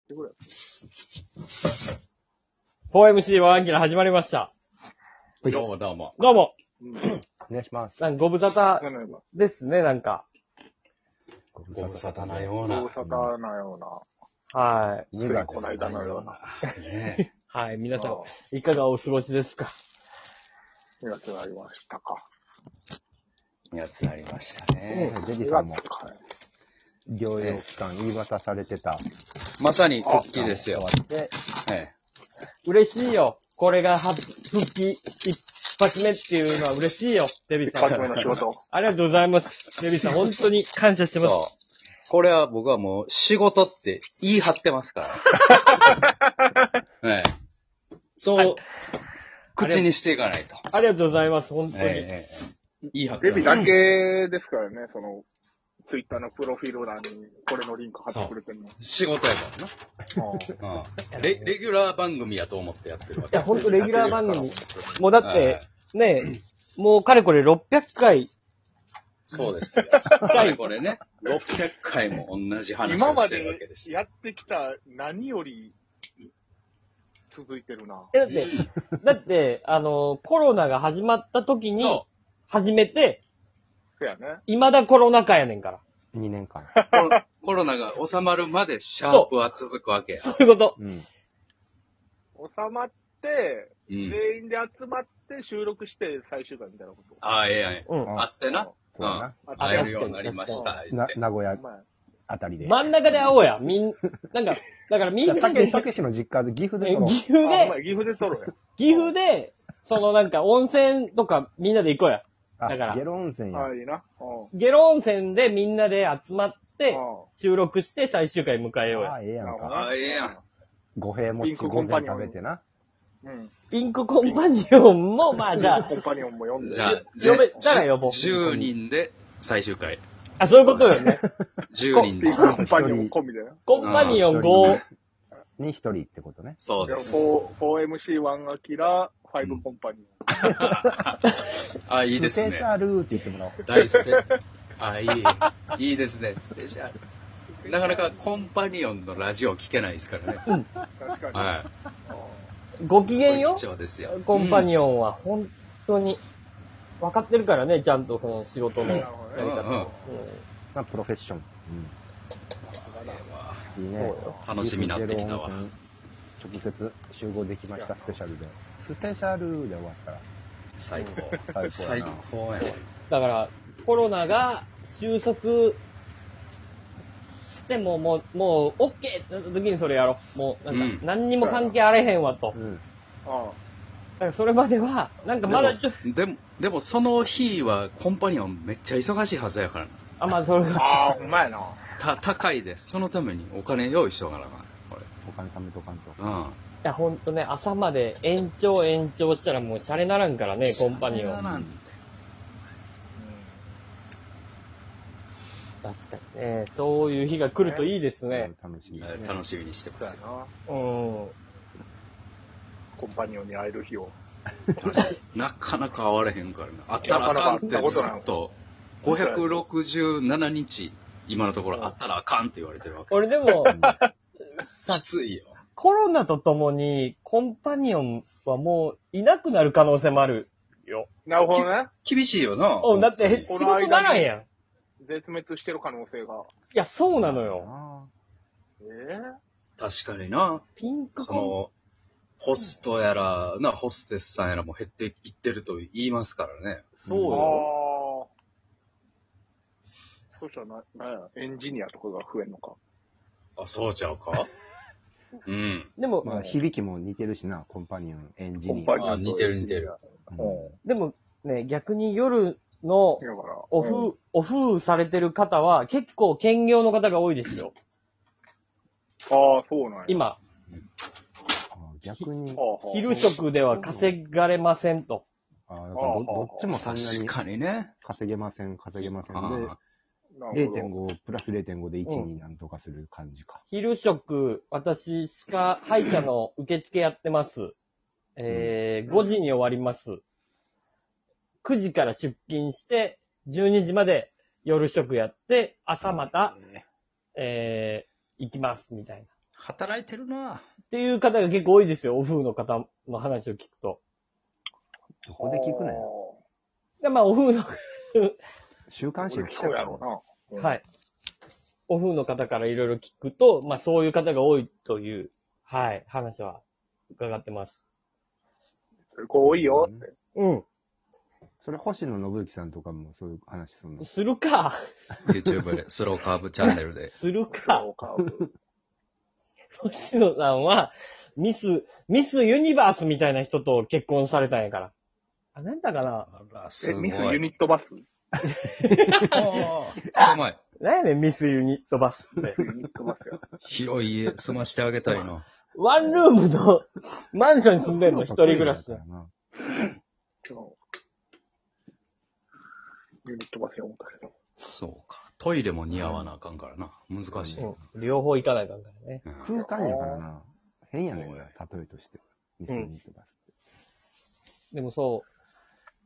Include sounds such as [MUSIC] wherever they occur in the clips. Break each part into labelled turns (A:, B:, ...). A: ってくれ。
B: 4MC ワンキラ始まりました。
C: はい
D: どうもどうも。
B: どうも、
A: うん。な
C: お願いします。
B: なんかご無沙汰
A: れば、
B: ですね、なんか。
C: ご
D: ご無沙汰な
C: よ。
D: ような。
A: 大阪なよう
B: は
A: ついこの間のような。
D: ね
B: い。はい、
A: な。
B: 皆さ
A: ああ
B: ん、いかがお過ごしですか
A: 苦手がありましたか。
D: え。やつありましたね。
C: ジェリーさんも
A: 苦手か
C: 療養期間言い渡されてた。
D: まさに復帰ですよ。
B: で
D: え
B: 嬉しいよ。これがは復帰一発目っていうのは嬉しいよ、デビ
A: 一
B: さん。
A: 発目の仕
D: [LAUGHS]
A: 事。
B: ありがとうございます。デビさん、本当に感謝し
D: え。
B: てます。
D: そう。これは僕はもう仕事って言い張ってますから。ええ。そう、口にしていかないと。
B: ありがとうございます、本当に。
D: ええええ。言い張っ
A: デ
D: て
A: ビ
D: ます。
A: だけですからね、その、ツイッターのプロフィール欄にこれのリンク貼ってくれてるの。
D: 仕事やからな。うん。レレギュラー番組やと思ってやってるわ
B: い [LAUGHS]
D: け。
B: や、本当レギュラー番組。もうだ
D: 当
B: って、ね、もうかれこれ600回、
D: そうです。近いこれね。600回も同じ話
A: 今
D: を
A: ま
D: してるわけ
A: で
D: ですよ。
A: やってきた何より続いてるな。
B: え、だって、だって、あの、コロナが始まった時に、
D: そ
B: 始めて、
A: そうやね。
B: 未だコロナ禍やねんから。
C: 2年間。
D: う。コロコロナが収まるまでシャープは続くわけや。
B: そういうこと。
C: うん。
A: 収まって、
D: うん。
A: 全員で集まって収録して最終回みたいなこと。
D: ああ、ええやん。
B: うん。
D: あってな。
C: そうだ
A: あ
D: 会え
A: 確
D: る
A: か
D: ようになりました。
C: な。な、名古屋
A: にまあ
C: あたりで。
B: 真ん中で会おうや。みん、なんか、だからみん
C: た
B: なで
C: け、、たけしの実家で岐阜で
B: え
C: その
B: 岐
A: あ
B: 阜
A: お前
B: で、
A: 岐阜で撮ろうや。
B: 岐阜で、そのなんか温泉とかみんなで行こうや。
C: あ
B: だから
C: ゲロ温泉や
A: あ。あ、いいな。う
B: ゲロ温泉でみんなで集まっ
A: ん。
B: て、
A: う
B: 収録して最終回迎えようや。
C: ああ、ええや
A: ん。
C: んか。
D: ああええやん。
C: 五平餅
A: ピンクコ
C: 午
A: ンパ
C: 前
A: ニオン
C: 食べてな。
A: うん。
B: ピンクコンパニオンも、まあじゃあ、
A: コンパニオンも読んで。
D: じゃあ、
B: 呼べたら呼ぼう
D: 10人で最終回。
B: あ、 [LAUGHS] そういうことよね。
D: 10人で
A: ピン。クコンパニオン込みでね。
B: コンパニオン
C: う
B: 5
C: ん、に一人ってことね。
D: そう
A: で
D: です。
A: 4MC1 アキラ、5コンパニ
D: ああ、いいです
C: スペ
D: ね
C: シ。ャルって言ってもらおう。
D: 大スペ。ああ、いい。いいですね。スペシャル。なかなかコンパニオンのラジオ聞けないですからね。
A: オン。確か
D: はい。
A: に。
B: ご機
D: こ
B: 嫌
D: れ
B: よ
D: 貴。重ですよ。
B: コンパ
D: オン。
B: ニオンは本当に、分かってるからね、ちゃんとその仕事の
A: な
B: や
A: るほ
B: り
A: どね。
B: 方を。
C: まあ、プロフェッション。うん。いい
B: そう
C: ね。
B: よ。
D: 楽しみになってきたわ
C: 岐阜。ゲロ温泉直接集合できました、スペシャルで。スペシャルで終わったら。
D: 最高。
C: 最
D: 最
C: 高やな
D: 高やわ。
B: だから、コロナが収束しても、もう、もう、オッケーってなった時にそれやろう。もう、な
D: うんん
B: か、何にも関係あれへんわと。
C: うん。
A: あ
B: だから、それまでは、なんかまだちょっと、
D: でも、でもその日はコンパニオンめっちゃ忙しいはずやからな
B: あ、まあ、それ
A: あ、
B: が、
A: ああほんまやな。
D: た、高いです。そのためにお金用意しとかなあかんこれ。
C: お金貯めとかんと。
D: うん。
B: いや、ほんとね、朝まで延長延長したらもう、シャレならんからね、コンパニオン。
D: ン。
B: 確かにね、そういう日が来るといいですね。
C: 楽しみ。
D: えー楽しみにしてま
A: そう
D: す
A: や。な。
B: うん。
A: コンパニオンに会える日を。
D: [LAUGHS] なかなか会われへんからな。あったらあかんって
A: なかなか会ったこと
D: ず
A: ない
D: っと、567日、今のところあったらあかんって言われてるわけ。
B: 俺でも、
D: きついよ。
B: コロナとともに、コンパニオンはもういなくなる可能性もある。
A: なるほどね。
D: 厳しいよな。
B: おだって、へ
D: 本
B: 仕事ならんやん。い
A: 絶滅してる可能性が。
B: や、そうなのよ。
C: あ
A: え
D: 当に確かにな。
B: ピンク
D: そ
B: コン
D: の、ホストやら、な、ホステスさんやらも減っていってると言いますからね。
B: そう
A: えああ
B: よ。。
A: そしたらな、なんや、エンジニアとかが増えんのか。
D: あ、そうちゃう [LAUGHS] かうん。
B: で
C: ーまあ、
B: も、
C: 響きも似てるしな、コンパニオン、エンジ
A: コン
C: ニ
A: パ
C: ア。
A: ニオンとエ
D: あ
A: ンジニア。
D: 似てる似てる
A: うん。
B: でもね、逆に夜の
A: だから。
B: お
A: うん
B: ふ、おふうされてる方は結構兼業の方が多いですよ。
A: ああ、そうなんや。
B: 今、
C: あ逆に、
B: 昼食では稼がれませんと。
C: あだからどどっちもそんな
D: 確
C: に
D: かにね。
C: 稼げません、稼げません
D: ああ
C: で、
A: 5。
C: 0.5プラス0.5で1
B: うん
C: になんとかする感じか。
B: 昼食、私、歯科、歯医者の受付やってます。えー、5時に終わります。9時から出勤して、12時まで夜食やって、朝また、えー、行きます、みたい
D: 働いてるな
B: っていう方が結構多いですよ、オフの方の話を聞くと。
C: どこで聞くねん。
B: でまあ、オフの、
C: 週
A: あー
C: 刊誌
A: 俺
C: に
A: 聞
C: 来
A: こ
C: た
A: うや
C: から
A: ろうな。
B: はい。オフの方からいろいろ聞くと、まあ、そういう方が多いという、はい、話は伺ってます。
A: うん。こう多いよって。
B: うん。
C: それ星野信之さんとかもそういう話すんの。
B: するか。
D: YouTube で、スローカーブチャンネルで。
B: するか。
A: そうか。うん
B: 星野さんは、ミス、ミスユニバースみたいな人と結婚されたんやから。あ、なんだかな
D: [LAUGHS] あら、
A: え、
D: すごい。
A: ミスユニットバスミ
D: ああ、狭い。
B: なんやねん、ミスユニットバスって
A: ス。ユニットバスや。
D: 広い家、住ましてあげたい [LAUGHS] な。
B: ワンルームの [LAUGHS] マンションに住んでんの、一人暮らし
C: だ
B: の
C: か。らな
A: うんユニットバスや思ったけど。
D: そうか。トイレも似合わなあかんからな。難しい。うん
B: うん。両方行かないかんからね。
C: 空間やからな。変やねん、
D: おい
C: 例えとして。ミスユニットバスって。
B: でもそう。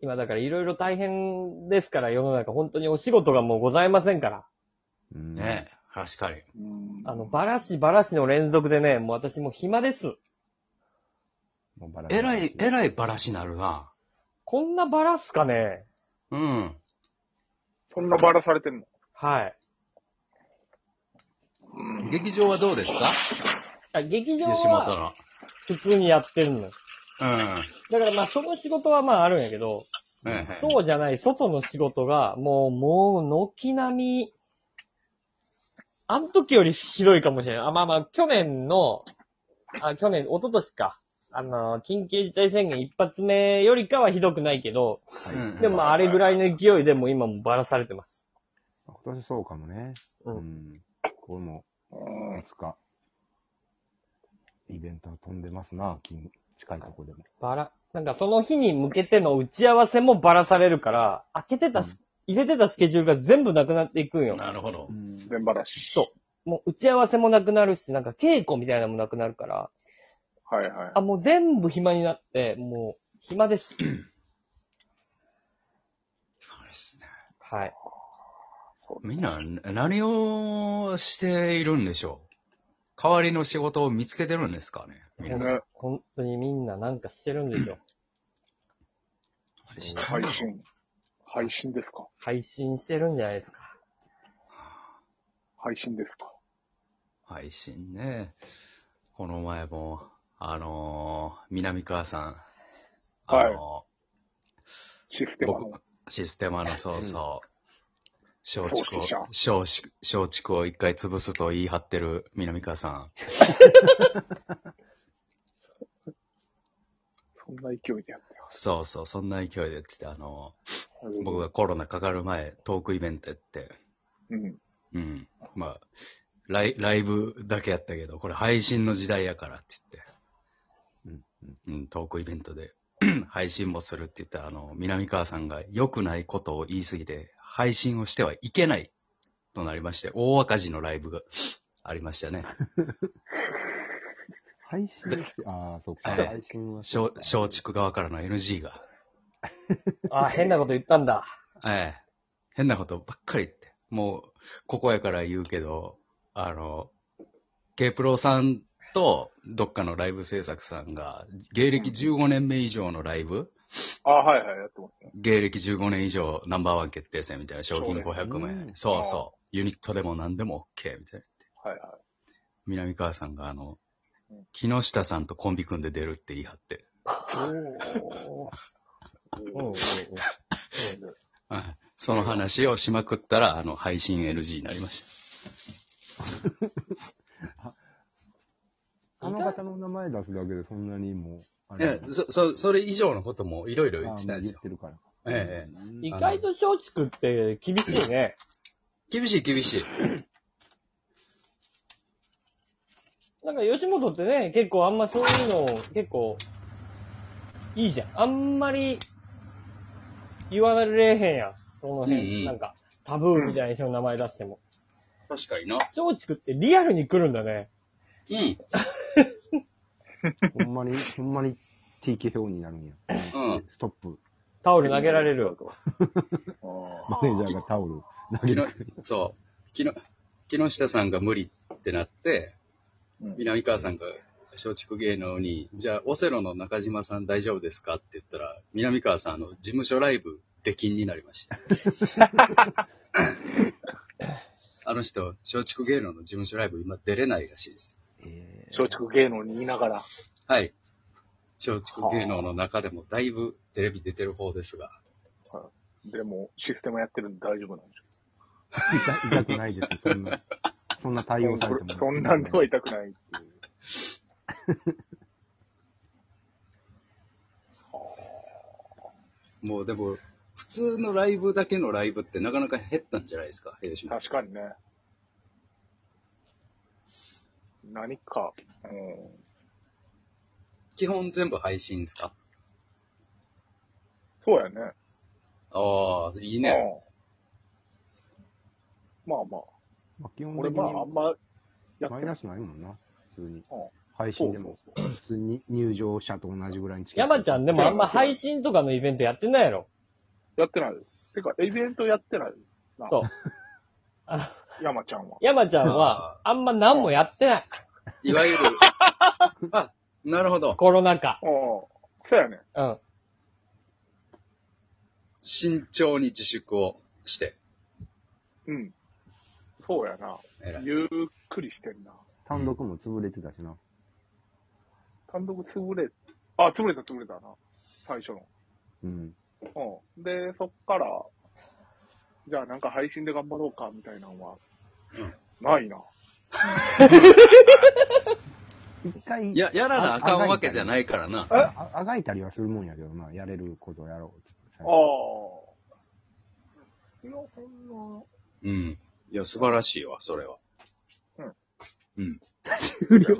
B: 今だからいろいろ大変ですから、世の中本当にお仕事がもうございませんから。
C: うん
D: ねえ、確かに。
A: うん
B: あの、バラシバラシの連続でね、もう私もう暇です。
C: もうバラバラ
D: えら
C: だ
D: い
C: し、
D: えらいバラシなるな。
B: こんなバラすかね
D: うん。
A: そんなバラされてんの
B: はい。
A: うん
D: 劇場はどうですか
B: あ劇場
D: 吉本
B: は
D: の。
B: 普通にやってるの。だ
D: うん。
B: からまあその仕事はまああるんやけど、
D: ええ
B: そうじゃない外の仕事がもう、もう、軒並み、あの時よりひどいかもしれない。あ、まあまあ、去年の、あ、去年、一昨年か。あの、緊急事態宣言一発目よりかはひどくないけど、
D: うん
B: でもまああれぐらいの勢いでもう今もばらされてます。
C: 今年そうかもね。
B: う
C: うんん。これも、
A: うん
C: いつか、イベントは飛んでますな、近近いとこでも。
B: ばら、なんかその日に向けての打ち合わせもばらされるから、開けてたス、入れてたスケジュールが全部なくなっていくんよ。
D: なるほど。
A: 全バラし。
B: そう。もう打ち合わせもなくなるし、なんか稽古みたいなのもなくなるから、
A: はいはい
B: あ、。もう全部暇になって、もう、暇 [CLEARS THROAT] です。
D: そうですね。
B: はい。
D: みんな、な何をしているんでしょう代わりの仕事を見つけてるんですかねみんな。
A: ね
B: 本当にみんななんかしてるんです [CLEARS THROAT] よ。
D: して
A: 配信。配信ですか
B: 配信してるんじゃないですか。
A: 配信ですか
D: 配信ね。この前も、あのー南川さん、あの
A: シス
D: ー
A: テムの
D: 僕。、システマのそうそう、松竹を
A: 創
D: 松
A: 始者、
D: 竹、松竹を一回潰すと言い張ってる南川さん。
A: そんな勢いでやってま
D: そうそう、そんな勢いでやってて、あの
A: す
D: ー僕。がコロナかかる前、トークイベントやって、
A: うん。
D: うん。まあ、ライライブだけやったけど、これ配信の時代やからって
C: うんうん
D: 言って、うん、トークイベントで [CLEARS THROAT] 配信もするって言ったら、あの、南川さんが良くないことを言いすぎて、配信をしてはいけないとなりまして、大赤字のライブがありましたね。
C: 配信して、ああ、そうか。
D: はい
C: 配信はそう
D: 松
C: か。
D: 松竹側からの NG が。
B: あ、変なこと言ったんだ。
D: ええ。変なことばっかり言って。もう、ここやから言うけど、あの、K プロさんと、どっかのライブ制作さんが、芸歴15年目以上のライブ、
A: あ、はいはい、やってますね。
D: 芸歴15年以上ナンバーワン決定戦みたいな賞金
A: そう
C: です
D: 500万円、
C: うん
D: そうそう。ユニットでも何でも OK みたいな。
A: はいは
D: 南川さんが、あの
A: うん、
D: 木下さんとコンビ組んで出るって言い張って。 [LAUGHS]
A: い。
B: うんうんうん。
D: はいその話をしまくったら、あの、配信 NG になりました。
C: あの方の名前出すだけでそんなにもう、あ
D: いや、そ、そ、それ以上のこともいろいろ
C: あ
D: 言ってた
C: ー
D: ん
C: もう
D: で
C: 言
D: す
C: っ
D: よ。
C: てるから。
D: ええ
C: うん
B: 意外と松竹って厳しいね。
D: 厳しい厳しい。
B: なんか吉本ってね、結構あんまそういうの結構、いいじゃん。あんまり、言われへんやん。その辺、
D: うんうん
B: なんか、タブーみたいな人の名前出しても。
D: 確かにな。
B: 松竹ってリアルに来るんだね。
D: うん。
C: ほんまに、ほんまに TKO になるんや。
D: うん。
C: ストップ。
B: タオル投げられる。
A: あー
C: マネージャーがタオル投げ
D: 木の
C: る。
D: そう。木の木下さんが無理ってなって、
A: うん
D: 南川さんが松竹芸能に、じゃあ、オセロの中島さん大丈夫ですかって言ったら、南川さん、あの、事務所ライブ、出禁になりました。 [LAUGHS] あの人、松竹芸能の事務所ライブ、今出れないらしいです。
C: えー
A: 松竹芸能にいながら。
D: はい。松竹芸能の中でも、だいぶテレビ出てる方ですが、
A: でも、システムやってるんで大丈夫なんでしょ
C: 痛痛くないです、そんな。そんな対応されても。
A: そんなんでは痛くないっていう。
D: もうでも、普通のライブだけのライブってなかなか減ったんじゃないですか、平島。
A: 確かにね。何か、うん、
D: 基本全部配信ですか
A: そうやね。
D: ああ、いいね。
A: うんまあまあ、
C: まあ基本
A: 俺
C: 的
A: まああん
C: に
A: まやっ
C: マイ
A: てない。
C: ナスないもんな、普通に
A: うん。
C: 配信でも、普通に入場者と同じぐらいに
B: 山ちゃんでもあんま配信とかのイベントやってないやろ。
A: やってない。てか、イベントやってない。
B: [LAUGHS] そう。あ
A: 山ちゃんは。
B: 山ちゃんは、あんま何もやってない。
D: いわゆる、あ、なるほど。
B: コロナ禍。
A: ああ、そうやね。
B: うん。
D: 慎重に自粛をして。
A: うん。そうやな。
D: 偉い
A: ゆっくりしてんな。
C: 単独も潰れてたしな。
A: 単独潰れ、あ、潰れた潰れたな。最初の。
C: うん。
A: うん。で、そっから、じゃあなんか配信で頑張ろうか、みたいなのは、
D: うん
A: ないな。
C: 一回、
D: いや、やらなあかんわけじゃないからな。
C: ああがいたりはするもんやけどな、やれることをやろうっつって
A: あ
C: さ
A: あ。
C: [LAUGHS]
A: いや、そんな、
D: うん。いや、素晴らしいわ、それは。
A: うん。
D: うん。